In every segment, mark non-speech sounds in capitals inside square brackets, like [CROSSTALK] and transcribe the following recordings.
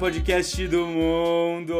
podcast do mundo.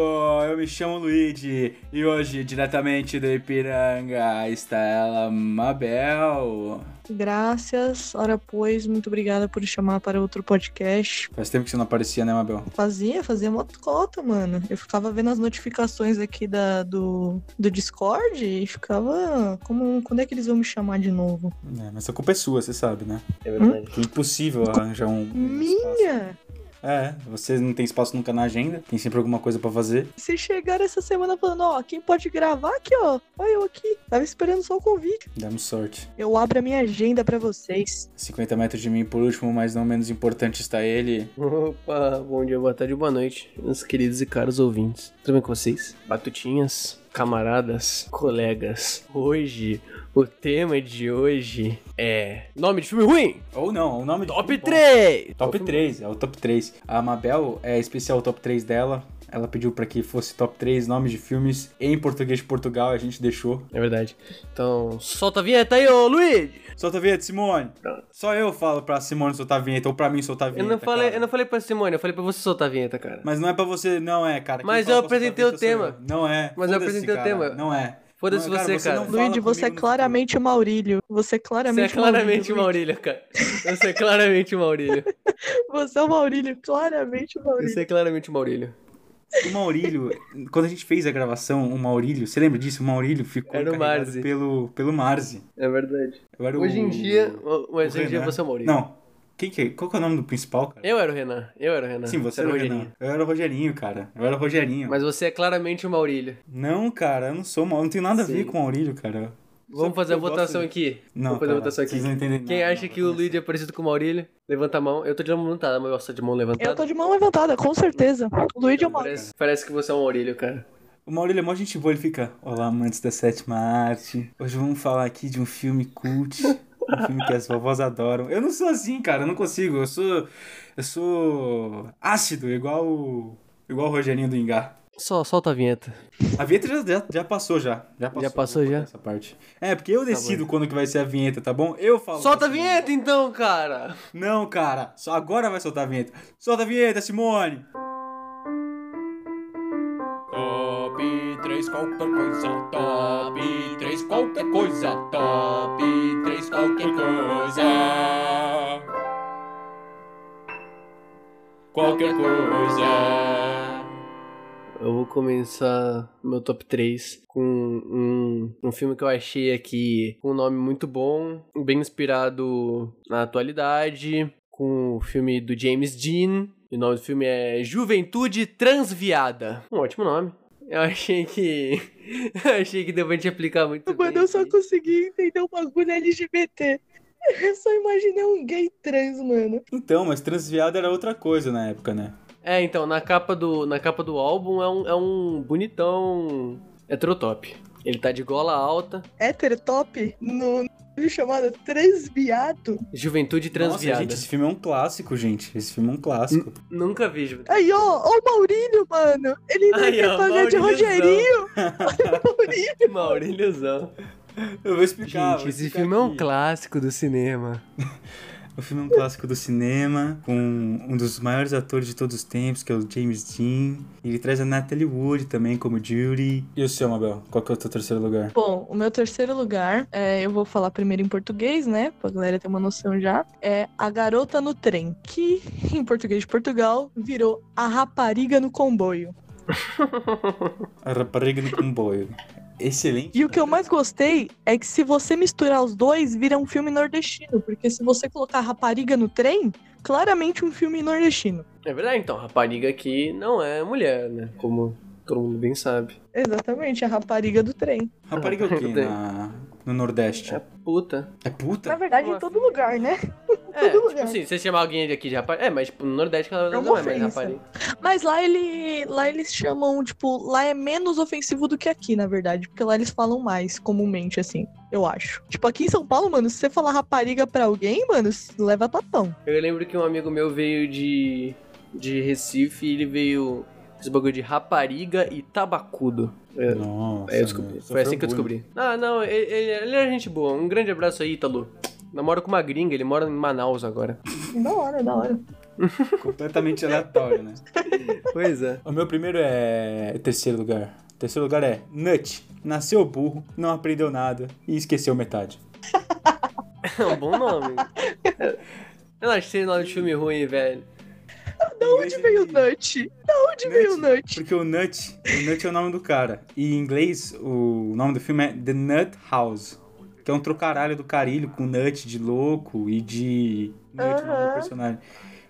Eu me chamo Luigi e hoje, diretamente do Ipiranga, está ela, Mabel. Graças, ora pois, muito obrigada por chamar para outro podcast. Faz tempo que você não aparecia, né, Mabel? Fazia, fazia motocota, mano. Eu ficava vendo as notificações aqui da, do, do Discord e ficava. Como, quando é que eles vão me chamar de novo? É, mas a culpa é sua, você sabe, né? É verdade. É impossível arranjar um. Minha! É, você não tem espaço nunca na agenda, tem sempre alguma coisa pra fazer. Vocês chegaram essa semana falando, ó, quem pode gravar aqui, ó. Olha eu aqui. Tava esperando só o convite. Demos sorte. Eu abro a minha agenda pra vocês. 50 metros de mim, por último, mas não menos importante, está ele. Opa, bom dia, boa tarde, boa noite, meus queridos e caros ouvintes. Tudo bem com vocês? Batutinhas, camaradas, colegas. Hoje, o tema de hoje é. Nome de filme ruim! Ou não, o nome de Top filme bom. 3! Top 3, é o top 3. A Mabel é especial top 3 dela. Ela pediu pra que fosse top 3 nomes de filmes em português de Portugal, a gente deixou. É verdade. Então, solta a vinheta aí, ô Luigi! Solta a vinheta, Simone. Pronto. Só eu falo pra Simone soltar a vinheta, ou pra mim soltar a Eu vinheta. não, falei, cara. eu não falei pra Simone, eu falei pra você soltar a vinheta, cara. Mas não é pra você, não é, cara. Quem Mas fala pra soltar eu a apresentei o vinheta sou tema. eu. Não é. Mas eu Foda-se, apresentei o cara. tema. Não é. Foda-se Não, você, cara. não fala Luigi, você é comigo no claramente o Maurílio. Você é Você é claramente o claramente o Maurílio. Maurílio, cara. Você é claramente o Maurílio. Você é o Maurílio, claramente o Maurílio. Você é claramente o Maurílio. O Maurílio, quando a gente fez a gravação, o Maurílio, você lembra disso? O Maurílio ficou Era o encarregado Marzi. pelo, pelo Marzi. É verdade. Eu era o- Hoje em dia, o- o mas hoje em dia Renan. você é o Maurílio. Não. Quem que é? Qual que é o nome do principal, cara? Então. Eu era o Renan. Eu era o Renan. Sim, você Né? era era o Renan. Eu era o Rogerinho, cara. Eu era o Rogerinho. Mas você é claramente o Maurílio. Não, cara, eu não sou mal. Não tem nada a Sim. ver com o Maurílio, cara. Vamos Só fazer a porque eu votação gosto aqui. de- Não, tá Vamos fazer a cara, votação aqui. Vocês não entendem Quem nada, acha não, que o começa. Luigi é parecido com o Maurílio, levanta a mão. Eu tô de mão levantada, mas eu gosto de mão levantada. Eu tô de mão levantada, com certeza. O Luigi é o Maurílio. Parece, parece que você é o Maurílio, cara. O Maurílio é mó gente boa, ele fica. Olá, amantes da sétima arte. Hoje vamos falar aqui de um filme [LAUGHS] cult. um filme que as vovós adoram. Eu não sou assim, cara, eu não consigo. Eu sou. Eu sou. ácido, igual o. Igual o Rogerinho do Engar. Só solta a vinheta. A vinheta já, já, já passou, já. Já passou, passou, vou cortar já? Tá Essa parte. É, porque eu decido quando que vai ser a vinheta, tá bom? Eu falo. Solta pra a você. vinheta então, cara! Não, cara. Só agora vai soltar a vinheta. Solta a vinheta, Simone. Top 3 qualquer coisa, top 3 qualquer coisa, top 3 qualquer coisa. Qualquer coisa. Eu vou começar meu top 3 com um, um filme que eu achei aqui com um nome muito bom, bem inspirado na atualidade, com o filme do James Dean. O nome do filme é Juventude Transviada. Um ótimo nome. Eu achei que. [LAUGHS] eu achei que deu pra gente aplicar muito bem. Mano, eu só aqui. consegui entender o bagulho LGBT. Eu só imaginei um gay trans, mano. Então, mas transviado era outra coisa na época, né? É, então, na capa do, na capa do álbum é um, é um bonitão heterotop. Ele tá de gola alta, Hétero top no filme chamado Transviado. juventude transviada. Nossa, gente, esse filme é um clássico, gente. Esse filme é um clássico. Nunca vi, Juventude. Aí, ó, ó o Maurílio, mano. Ele é ainda Aí, quer ó, fazer de Mauríliozão. [LAUGHS] Rogerinho. Olha o Maurílio. Mauríliozão. Eu vou explicar. [LAUGHS] Hum. Gente, esse filme é um clássico do cinema. clássico. O filme é um clássico do cinema, com um dos maiores atores de todos os tempos, que é o James Dean. Ele traz a Natalie Wood também como Judy. E o seu, Mabel? Qual que é o teu terceiro lugar? Bom, o meu terceiro lugar, é, eu vou falar primeiro em português, né? Pra galera ter uma noção já. É A Garota no Trem, que em português de Portugal virou A Rapariga no Comboio. A Rapariga no Comboio. Excelente. E o que eu mais gostei é que se você misturar os dois, vira um filme nordestino. Porque se você colocar Rapariga no Trem, claramente um filme nordestino. É verdade, então, rapariga aqui não é mulher, né? Como todo mundo bem sabe. Exatamente, A Rapariga do Trem. Rapariga é o quê na- no Nordeste? É puta. É puta? Na verdade, em todo lugar, né? É, Todo tipo lugar. assim, se você chamar alguém aqui de rapariga. É, mas tipo, no Nordeste ela É uma não é mais ofensa. rapariga. Mas lá ele, lá eles chamam, tipo, lá é menos ofensivo do que aqui, na verdade, porque lá eles falam mais comumente assim, eu acho. Tipo, aqui em São Paulo, mano, se você falar rapariga pra alguém, mano, s- leva tapão. Eu lembro que um amigo meu veio de, de Recife e ele veio. Esse bagulho de rapariga e tabacudo. É, Nossa. Aí eu descobri. meu, Foi assim sofreu que eu bullying. descobri. Ah, não, ele, ele- ele é gente boa. Um grande abraço aí, Ítalo. Namoro com uma gringa, ele mora em Manaus agora. Da hora, da hora. Completamente aleatório, né? Pois é. O meu primeiro é terceiro lugar. Terceiro lugar é Nut. Nasceu burro, não aprendeu nada e esqueceu metade. [LAUGHS] É um bom nome. Eu não achei nome de filme ruim, velho. Da onde veio o Nut? Da onde veio o Nut? Porque o Nut, o Nut é o nome do cara. E em inglês, o nome do filme é The Nut House. Que é um trocaralho do carilho com Nut de louco e de... Nut, o nome do Aham. personagem.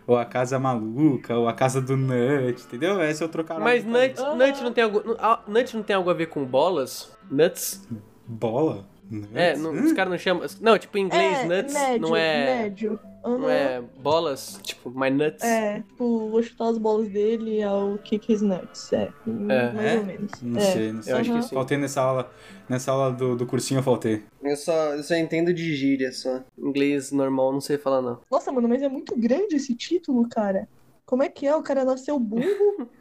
Ou a casa maluca, ou a casa do Nut, entendeu? Esse é o trocaralho Mas do carilho. Nut, Nut, não tem algo, ah, Nut não tem algo a ver com bolas? Nuts? Bola? Nut? É, não- os caras não chamam. Não, tipo, em inglês, É, nuts médio, não é. Médio. Não é bolas, tipo, my nuts. É, tipo, vou chutar as bolas dele ao kick his nuts. É, É. mais ou menos. Não é. sei, não sei. Eu acho que Aham. sim. Faltei nessa aula, nessa aula do, do cursinho, eu faltei. Eu só, eu só entendo de gíria só. Inglês normal não sei falar, não. Nossa, mano, mas é muito grande esse título, cara. Como é que é? O cara nasceu burro? Ele [LAUGHS]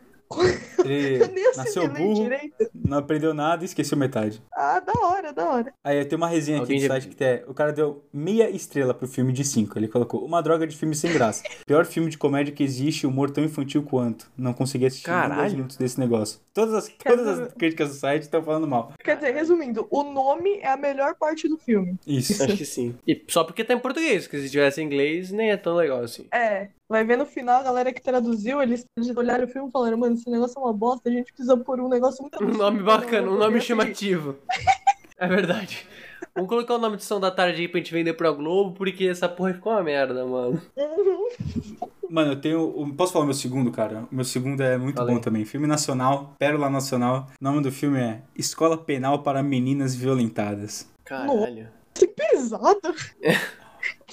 Eu nem É, nasceu assimilei burro, direito. não aprendeu nada e esqueceu metade. Ah, da hora, da hora. Aí tem uma resenha aqui Alguém do já- site que é, o cara deu meia estrela pro filme de cinco. Ele colocou uma droga de filme sem [LAUGHS] graça. Pior filme de comédia que existe, humor tão infantil quanto. Não consegui assistir nem Caralho. 10 minutos desse negócio. Todas as, todas as críticas do site estão falando mal. Quer dizer, resumindo, o nome é a melhor parte do filme. [LAUGHS] Isso. Acho que sim. E só porque tá em português, porque se tivesse em inglês nem é tão legal assim. É, vai ver no final, a galera que traduziu, eles olharam o filme e falaram, mano, esse negócio é uma bosta, a gente precisa pôr um negócio muito [LAUGHS] né? Um nome bacana, um nome chamativo. É verdade. Vamos colocar o nome de São da Tarde aí pra gente vender pro Globo, porque essa porra ficou uma merda, mano. Uhum. Mano, eu tenho. eu- Posso falar o meu segundo, cara? O meu segundo é muito Fala bom aí. também. Filme nacional, Pérola Nacional. O nome do filme é Escola Penal para Meninas Violentadas. Caralho. Que pesado.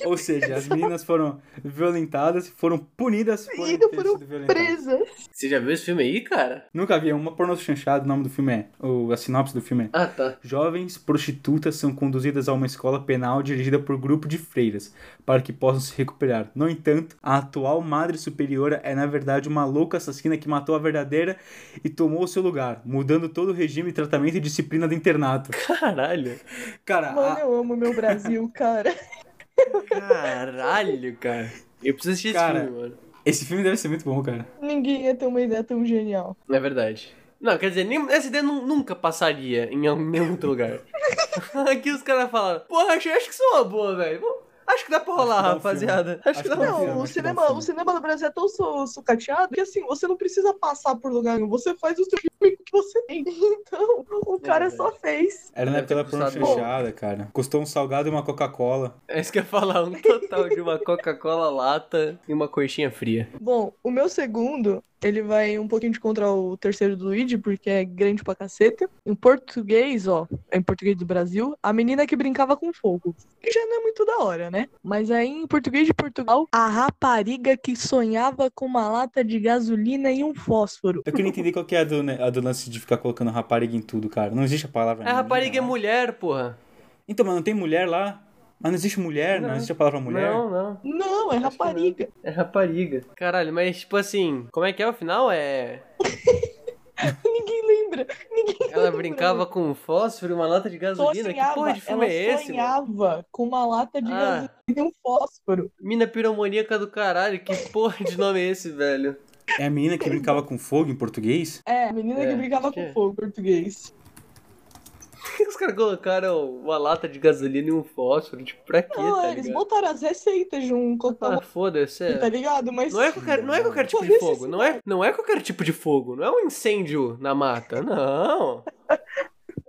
Ou seja, [LAUGHS] as meninas foram violentadas, foram punidas por E ainda ter foram sido violentadas. Presa. Você já viu esse filme aí, cara? Nunca vi, é uma porno chanchada. O nome do filme é. Ou a sinopse do filme é. Ah, tá. [LAUGHS] Jovens prostitutas são conduzidas a uma escola penal dirigida por grupo de freiras, para que possam se recuperar. No entanto, a atual madre superiora é na verdade uma louca assassina que matou a verdadeira e tomou o seu lugar, mudando todo o regime, tratamento e disciplina do internato. Caralho. Cara, Mano, a- eu amo meu Brasil, cara. Caralho, cara. Eu preciso assistir Cara. esse filme, mano. esse filme deve ser muito bom, cara. Ninguém ia ter uma ideia tão genial. É verdade. Não, quer dizer, nem, essa ideia nu- nunca passaria em algum- nenhum outro lugar. [LAUGHS] Aqui os caras falaram, porra, acho, acho que isso é uma boa, velho. Vou- Acho que dá pra rolar, dá um rapaziada. Acho, que dá Não, pra filme, Não, acho o que dá um cinema, filme. o cinema do Brasil é tão su- sucateado que assim, você não precisa passar por lugar nenhum, você faz o seu filme que você [LAUGHS] tem. Então, o cara só fez. Era na Deve ter época da porno custado- chanchada, cara. Custou um salgado e uma Coca-Cola. É isso que eu ia falar, um total de uma Coca-Cola lata e uma coxinha fria. Bom, o meu segundo, ele vai um pouquinho de contra o terceiro do Luigi, porque é grande pra caceta. Em português, ó, é em português do Brasil, a menina que brincava com fogo. Que já não é muito da hora, né? Mas aí em português de Portugal, a rapariga que sonhava com uma lata de gasolina e um fósforo. Eu queria entender qual que é a do, né, a do lance de ficar colocando rapariga em tudo, cara. Não existe a palavra A rapariga é mulher. mulher, porra. Então, mas não tem mulher lá? Mas não existe mulher? Não, Não. existe a palavra mulher? Não, não. Não, é Acho que não. rapariga. [LAUGHS] É rapariga. Caralho, mas tipo assim, como é que é o final? É. Ninguém lembra. Ninguém Ela brincava com um fósforo e uma lata de gasolina? Que porra de filme ela é esse? mano? sonhava com uma lata de Ah. gasolina e um fósforo. Mina piromaníaca do caralho, que porra de nome é esse, velho? [LAUGHS] É a menina que brincava com fogo em português? É, a menina É, que brincava acho que com é. fogo, português. Por que os caras colocaram uma lata de gasolina e um fósforo? Tipo, pra quê, Não, é, tá eles ligado? botaram as receitas de um coquetel, Ah, foda-se. é. tá ligado? Mas Não é, qualquer, não é qualquer tipo de fogo, não é, não é qualquer tipo de fogo, não é um incêndio na mata, não.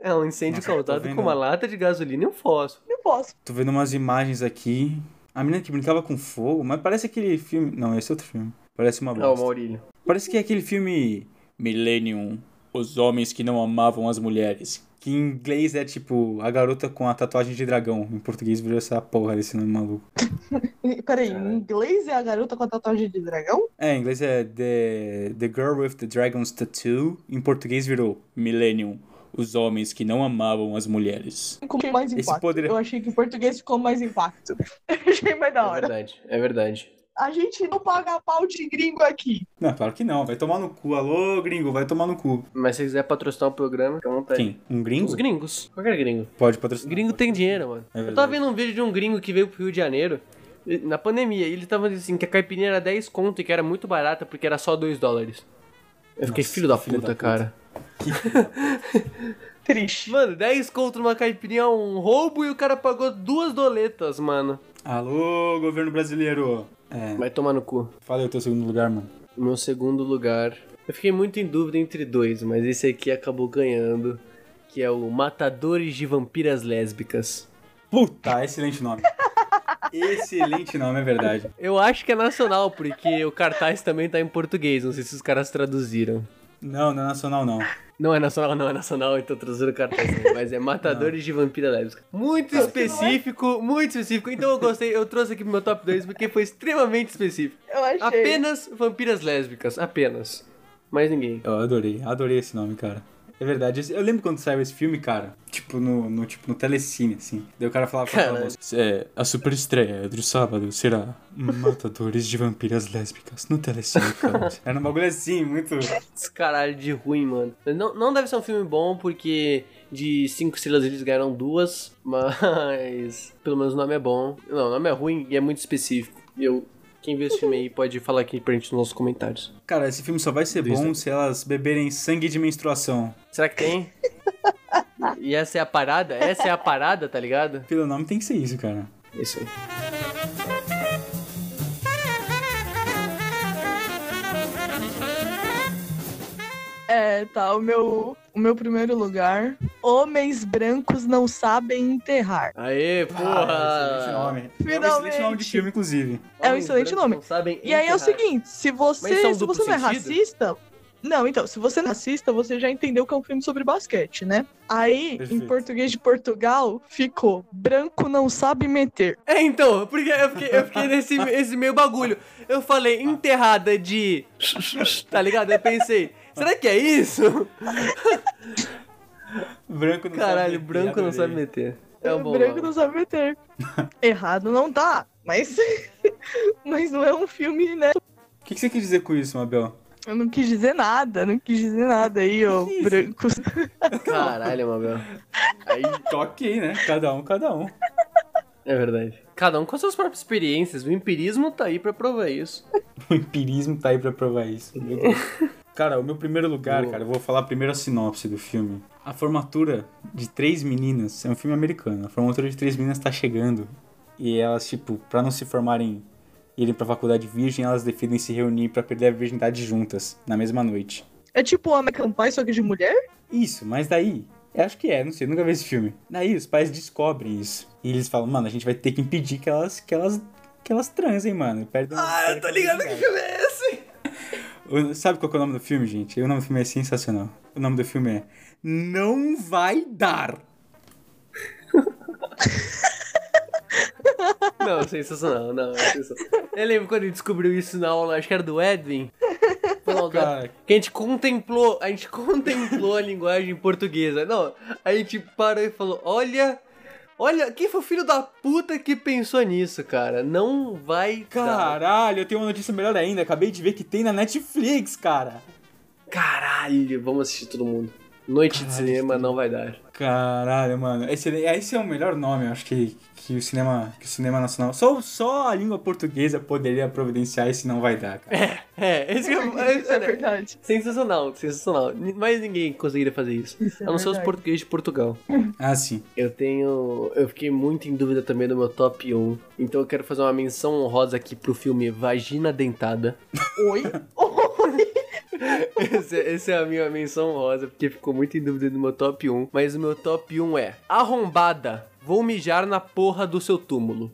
É um incêndio Nossa, eu tô causado vendo. com uma lata de gasolina e um fósforo. não posso. Tô vendo umas imagens aqui. A menina que brincava com fogo, mas parece aquele filme. Não, esse é outro filme. Parece uma Não, bosta. Maurílio. Parece que é aquele filme Millennium. Os homens que não amavam as mulheres. Que em inglês é tipo a garota com a tatuagem de dragão. Em português virou essa porra desse nome maluco. Peraí, Caralho. em inglês é a garota com a tatuagem de dragão? É, em inglês é The, the Girl with the Dragon's Tattoo. Em português virou Millennium. Os homens que não amavam as mulheres. Ficou com mais Esse impacto. poder- Eu achei que em português ficou mais impacto. [LAUGHS] Eu achei mais da é É hora. verdade, é verdade. A gente não paga pau de gringo aqui. Não, claro que não. Vai tomar no cu. Alô, gringo, vai tomar no cu. Mas se quiser patrocinar o programa, fica à vontade. Quem? Um gringo? Os gringos. Qualquer gringo. Pode patrocinar. Gringo tem dinheiro, mano. É Eu tava verdade. vendo um vídeo de um gringo que veio pro Rio de Janeiro. Na pandemia, e ele tava dizendo assim, que a caipirinha era 10 conto e que era muito barata porque era só 2 dólares. Eu fiquei, Nossa, filho, da, filho da puta, puta." cara. Triste. Mano, 10 conto numa caipirinha é um roubo e o cara pagou duas doletas, mano. Alô, governo brasileiro. É, Vai tomar no cu. fala aí o teu segundo lugar, mano. Meu segundo lugar. Eu fiquei muito em dúvida entre dois, mas esse aqui acabou ganhando. Que é o Matadores de Vampiras Lésbicas. Puta, excelente nome. excelente nome, é verdade. Eu acho que é nacional, porque o cartaz também tá em português. Não sei se os caras traduziram. Não, não é nacional, não. Não é nacional, não é nacional, então traduziram o cartaz. né? Mas é Matadores de Vampira Lésbica. Muito específico, muito específico. Então eu gostei, eu trouxe aqui pro meu top 2 porque foi extremamente específico. Eu achei. Apenas vampiras lésbicas, apenas. Mais ninguém. Eu adorei, adorei esse nome, cara. É verdade, esse- eu lembro quando saiu esse filme, cara, tipo no, no, tipo, no telecine, assim. Daí o cara falava pra aquela Cara. moça, é, a super estreia do sábado será Matadores de Vampiras Lésbicas no telecine, [LAUGHS] cara. Era um bagulho assim, muito... Esse caralho de ruim, mano. Não, não deve ser um filme bom, porque de 5 estrelas eles ganharam duas, [LAUGHS] mas pelo menos o nome é bom. Não, o nome é ruim e é muito específico. E Eu, quem viu esse filme aí pode falar aqui pra gente nos nossos comentários. Cara, esse filme só vai ser bom Disney. se elas beberem sangue de menstruação. Será que tem? e essa é a parada? Essa é a parada, tá ligado? Pelo nome tem que ser isso, cara. Isso aí. É, tá. O meu, o meu primeiro lugar. Homens brancos não sabem enterrar. Aê, porra! Ah, excelente nome. É um excelente Finalmente. nome de filme, inclusive. É um excelente Brancos nome. não sabem E aí é o enterrar. seguinte, se Mas são você, se duplo você não é sentido? racista. Não, então, se você não é racista, você já entendeu que é um filme sobre basquete, né? Aí, Perfeito. em português de Portugal, ficou branco não sabe meter. [LAUGHS] É, então, porque eu fiquei, eu fiquei nesse esse meio bagulho. Eu falei enterrada de. [LAUGHS] Tá ligado? Eu pensei, será que é isso? Branco não sabe Caralho, meter, branco não adorei. sabe meter. É um bom. branco nome. não sabe [LAUGHS] meter. Errado não tá, mas [LAUGHS] mas não é um filme, né? O que, que você quer dizer com isso, Mabel? Eu não quis dizer nada, não quis dizer nada aí, ó, Que isso? brancos. Caralho, Mabel. Aí, ok, né? Cada um, cada um. É verdade. Cada um com suas próprias experiências. O empirismo tá aí pra provar isso. O empirismo tá aí pra provar isso. Meu [LAUGHS] Deus. Cara, o meu primeiro lugar, Boa. cara, eu vou falar primeiro a sinopse do filme. A formatura de três meninas, é um filme americano, a formatura de três meninas tá chegando. E elas, tipo, pra não se formarem e irem pra faculdade virgem, elas decidem se reunir pra perder a virgindade juntas, na mesma noite. É tipo o American Pie, só que de mulher? Isso, mas daí. Eu acho que é, não sei, nunca vi esse filme. Daí os pais descobrem isso. E eles falam, mano, a gente vai ter que impedir que elas. que elas. que elas transem, mano. Perdem ah, eu tô ligado que filme é esse! Sabe qual que é o nome do filme, gente? O nome do filme é sensacional. O nome do filme é Não Vai Dar. Não, sensacional, não, é sensacional. Eu lembro quando ele descobriu isso na aula, acho que era do Edwin. Foi lá o da- Cara, Que a gente contemplou, a gente [LAUGHS] contemplou a linguagem portuguesa. Não, a gente parou e falou: olha, olha, quem foi o filho da puta que pensou nisso, cara? Não vai. dar." caralho, eu tenho uma notícia melhor ainda. Acabei de ver que tem na Netflix, cara. Caralho, vamos assistir todo mundo. Noite de Caralho, cinema não vai dar. Caralho, mano. Esse, esse é o melhor nome, eu acho que, que o cinema, que o cinema nacional. Só, só a língua portuguesa poderia providenciar esse não vai dar, [LAUGHS] cara. É, esse que [LAUGHS] eu- Isso é verdade. Sensacional, sensacional. Ni- Mais ninguém conseguiria fazer isso. Isso é a não ser os verdade. portugueses de Portugal. Ah, sim. Eu tenho. Eu fiquei muito em dúvida também do meu top 1. Então eu quero fazer uma menção honrosa aqui pro filme Vagina Dentada. [LAUGHS] Oi? Oi? Essa, essa é a minha menção rosa, porque ficou muito em dúvida no meu top 1. Mas o meu top 1 é Arrombada, vou mijar na porra do seu túmulo.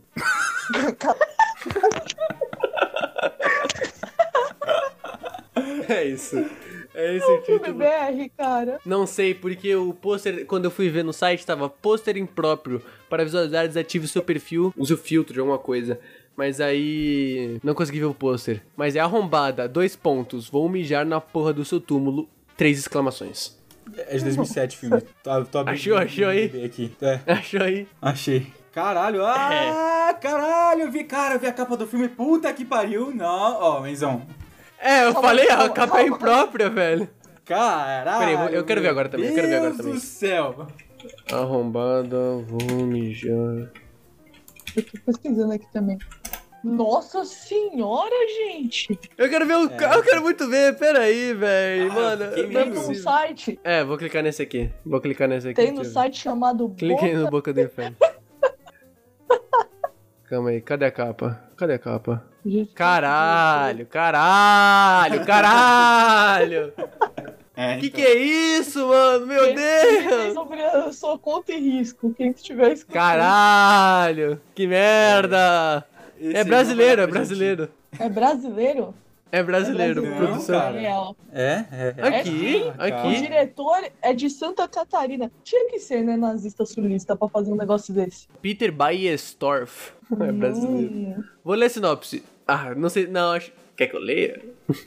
é isso. É esse o Filme título. BR, cara. Não sei, porque o pôster, quando eu fui ver no site, tava pôster impróprio. Para visualizar, desative o seu perfil, use o filtro de alguma coisa. Mas aí. Não consegui ver o pôster. Mas é arrombada, dois pontos. Vou mijar na porra do seu túmulo. Três exclamações. [LAUGHS] É de 2007 o filme. Tô, tô abrindo Achou, o achou aí? É. IMDb Aqui. É, Achou aí? achei. Caralho, ah, caralho, eu vi, cara, eu vi a capa do filme, puta que pariu, não, ó, menzão, É, eu Calma, falei, ó, a calma, capa é calma. imprópria, velho. Peraí, caralho, vou- eu quero ver agora também, eu quero ver agora Deus também. do céu, Arrombada, vou mijar. Eu tô pesquisando aqui também. Nossa senhora, gente! Eu quero ver o É. ca- Eu quero muito ver. Pera aí, velho. Ah, Mano, fiquei não é Tem num possível. site, É, vou clicar nesse aqui. Vou clicar nesse aqui. tem no deixa eu ver. site chamado Clique aí Boca- no Boca do Inferno. Calma aí, cadê a capa? Cadê a capa? Gente, Caralho, caralho, caralho! É, Que então. que é isso, mano? Meu Quem- quem fez Deus! Sobre a sua conta e risco, quem tiver escutando. Caralho, que merda! Esse É aí brasileiro, é não vai dar pra brasileiro. É brasileiro? É É brasileiro, brasileiro. produção. Cara. Daniel. gente. É, é. É Aqui, sim. O Ih. aqui. diretor é de Santa Catarina. Tinha que ser, né, nazista sulista pra fazer um negócio desse. Peter Baestorff. É brasileiro. Hum. Vou ler a sinopse. Ah, não sei, não, acho... Quer que eu leia?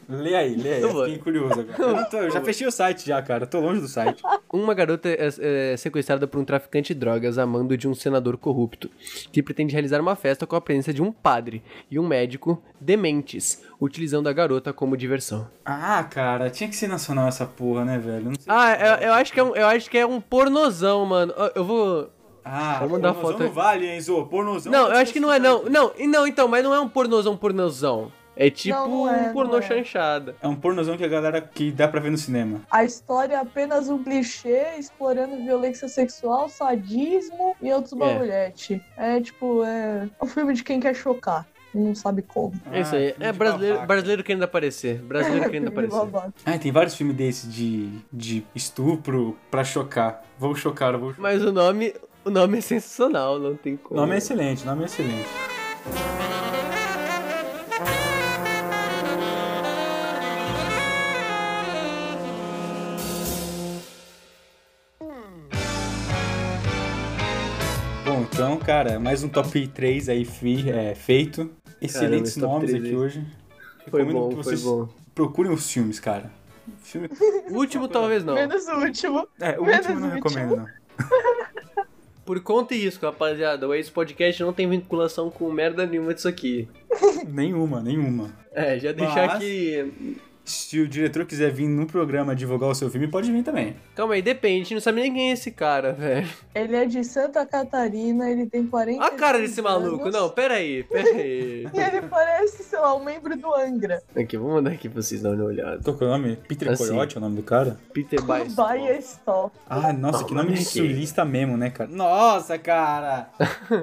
Lê aí, lê aí. Eu Eu vou. fiquei curioso agora. Eu, não tô- eu já fechei o site já, cara. Eu tô longe do [LAUGHS] site. Uma garota é, é sequestrada por um traficante de drogas a mando de um senador corrupto, que pretende realizar uma festa com a presença de um padre e um médico dementes, utilizando a garota como diversão. Ah, cara, tinha que ser nacional essa porra, né, velho? Não sei Ah, se- eu, eu acho que é um, eu acho que é um pornozão, mano. Eu- Eu vou. Ah, Vou mandar pornozão foto aí. não vale, hein, Zô? Pornozão. Não, tá eu acho que não é, não. desclassificado. Não, e não, então, mas não é um pornozão, pornozão. É tipo Não, não é, um pornô não é. chanchada. É um pornozão que a galera que dá pra ver no cinema. A história é apenas um clichê explorando violência sexual, sadismo e outros bagulhete. É tipo, é um filme de quem quer chocar. e Não sabe como. É isso Ah, aí. filme É de brasileiro, babaca. brasileiro querendo aparecer. Brasileiro [LAUGHS] [LAUGHS] querendo Filme de aparecer. babaca. Ah, tem vários filmes desses de, de estupro pra chocar. Vou chocar, vou chocar. Mas o nome, o nome é sensacional, não tem O como. nome é excelente, o nome é excelente. Bom, então, cara, mais um top 3 aí fi- é, feito. Excelentes esse top nomes 3 aqui aí. hoje. Foi Recomendo bom, que foi vocês bom. procurem os filmes, cara. Filme... O último talvez não. Menos o último. É, o Menos último eu não o recomendo, não. Por conta e risco, rapaziada, o Ace Podcast não tem vinculação com merda nenhuma disso aqui. nenhuma, nenhuma. É, já deixar Mas- aqui. Se o diretor quiser vir no programa divulgar o seu filme, pode vir também. Calma aí, depende, a gente não sabe nem quem é esse cara, velho. Ele é de Santa Catarina, ele tem 40 Olha a cara desse maluco, não, pera aí, pera aí. E ele parece, sei lá, um membro do Angra. aqui, vou mandar aqui pra vocês darem uma olhada. Qual que é o nome? Peter Assim. Coyote é o nome do cara? Peter Bice. Bahia Stop. Ah, nossa, Não, que nome mas de é que- sulista mesmo, né, cara? Nossa, cara!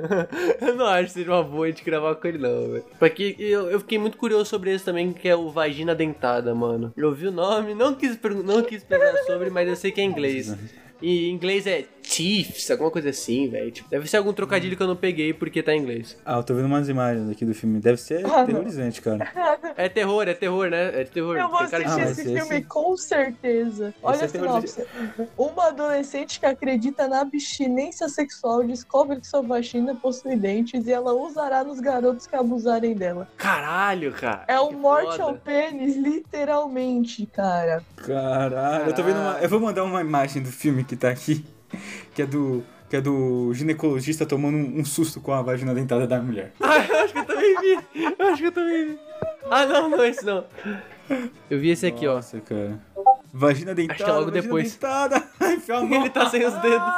[LAUGHS] eu não acho que seja uma boa de gravar com ele, não, velho. Pra que eu, eu fiquei muito curioso sobre esse também, que é o Vagina Dentada, mano. Eu vi o nome, não quis, pergun- não quis perguntar sobre, mas eu sei que é inglês. E em inglês é Chiefs, alguma coisa assim, velho. Tipo, deve ser algum trocadilho que eu não peguei porque tá em inglês. Ah, eu tô vendo umas imagens aqui do filme. Deve ser Ah, não. terrorizante, cara. É terror, é terror, né? É terror. Eu vou Tem cara de assistir Ah, esse mas esse- filme com certeza. Olha é a sinopse. [LAUGHS] Uma adolescente que acredita na abstinência sexual descobre que sua vagina possui dentes e ela usará nos garotos que abusarem dela. Caralho, cara. É o Que morte foda. ao pênis, literalmente, cara. Caralho, eu tô vendo uma. Eu vou mandar uma imagem do filme que tá aqui, [LAUGHS] que é do. Que é do ginecologista tomando um um susto com a vagina dentada da mulher. Ah, eu acho que eu também vi. Eu acho que eu também vi. Ah, não, não, esse não. Eu vi esse aqui, ó. Nossa, cara. Vagina dentada. Acho que é logo vagina depois. dentada. [LAUGHS] [LAUGHS] Enfiar a mão. Ele tá sem os dedos.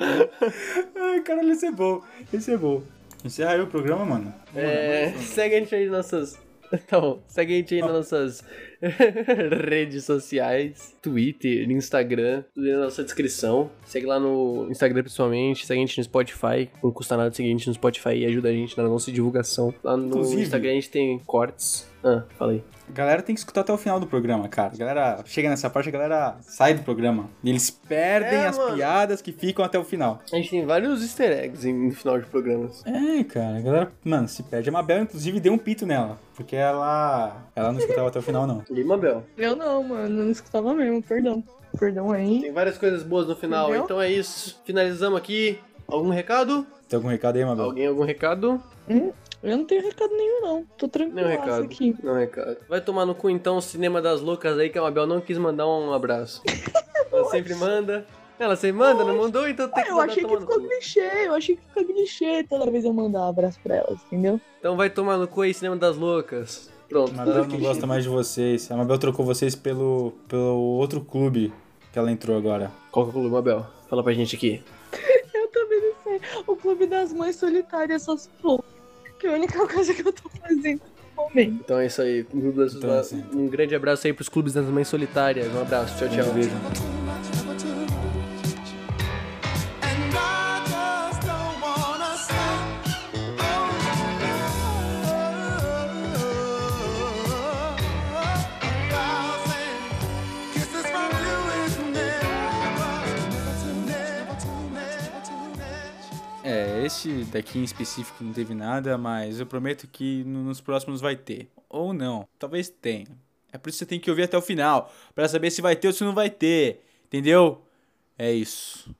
Ai, caralho, esse é bom. Esse é bom. Encerra aí o programa, mano. É, segue a gente aí nas nossas. [LAUGHS] Tá bom, segue a gente aí nas nossas [LAUGHS] redes sociais, Twitter, Instagram, tudo aí na nossa descrição. Segue lá no Instagram pessoalmente, segue a gente no Spotify, não custa nada seguir a gente no Spotify e ajuda a gente na nossa divulgação. Lá no Inclusive- Instagram a gente tem cortes. Ah, falei. A galera tem que escutar até o final do programa, cara. A galera chega nessa parte, a galera sai do programa. E eles perdem É, as mano. piadas que ficam até o final. A gente tem vários easter eggs em- no final de programas. É, cara, a galera, mano, se perde. A Mabel, inclusive, deu um pito nela. Porque ela. Ela não escutava até o final, não. Lima Bel. Eu não, mano, não escutava mesmo, perdão. Perdão aí. Tem várias coisas boas no final, Entendeu? então é isso. Finalizamos aqui. Algum recado? Tem algum recado aí, Mabel? Alguém, algum recado? Eu não tenho recado nenhum, não. Tô tranquilo Não é recado. aqui. Não é recado. Vai tomar no cu então o cinema das loucas aí que a Mabel não quis mandar um abraço. Ela sempre manda. Ela sempre manda, não mandou, então tem Ah, que eu mandar achei que tomar no ficou cu. clichê, eu achei que ficou clichê toda vez eu mandar um abraço pra elas, entendeu? Então vai tomar no cu aí, cinema das loucas. Pronto. A Mabel tudo não que- gosta mais de vocês. A Mabel trocou vocês pelo, pelo outro clube que ela entrou agora. Qual que é o clube, Mabel? Fala pra gente aqui. Eu também não sei. o clube das mães solitárias, essas porra. Que é a única coisa que eu tô fazendo no momento. Então é isso aí. Um, abraço- Então é assim. um grande abraço aí pros clubes das mães solitárias. Um abraço. Tchau, tchau. Um beijo. And I just don't wanna stop. Oh, kisses from you is never, never too É, esse daqui em específico não teve nada, mas eu prometo que no- nos próximos vai ter. Ou não, talvez tenha. É por isso que você tem que ouvir até o final, pra saber se vai ter ou se não vai ter. Entendeu? É isso.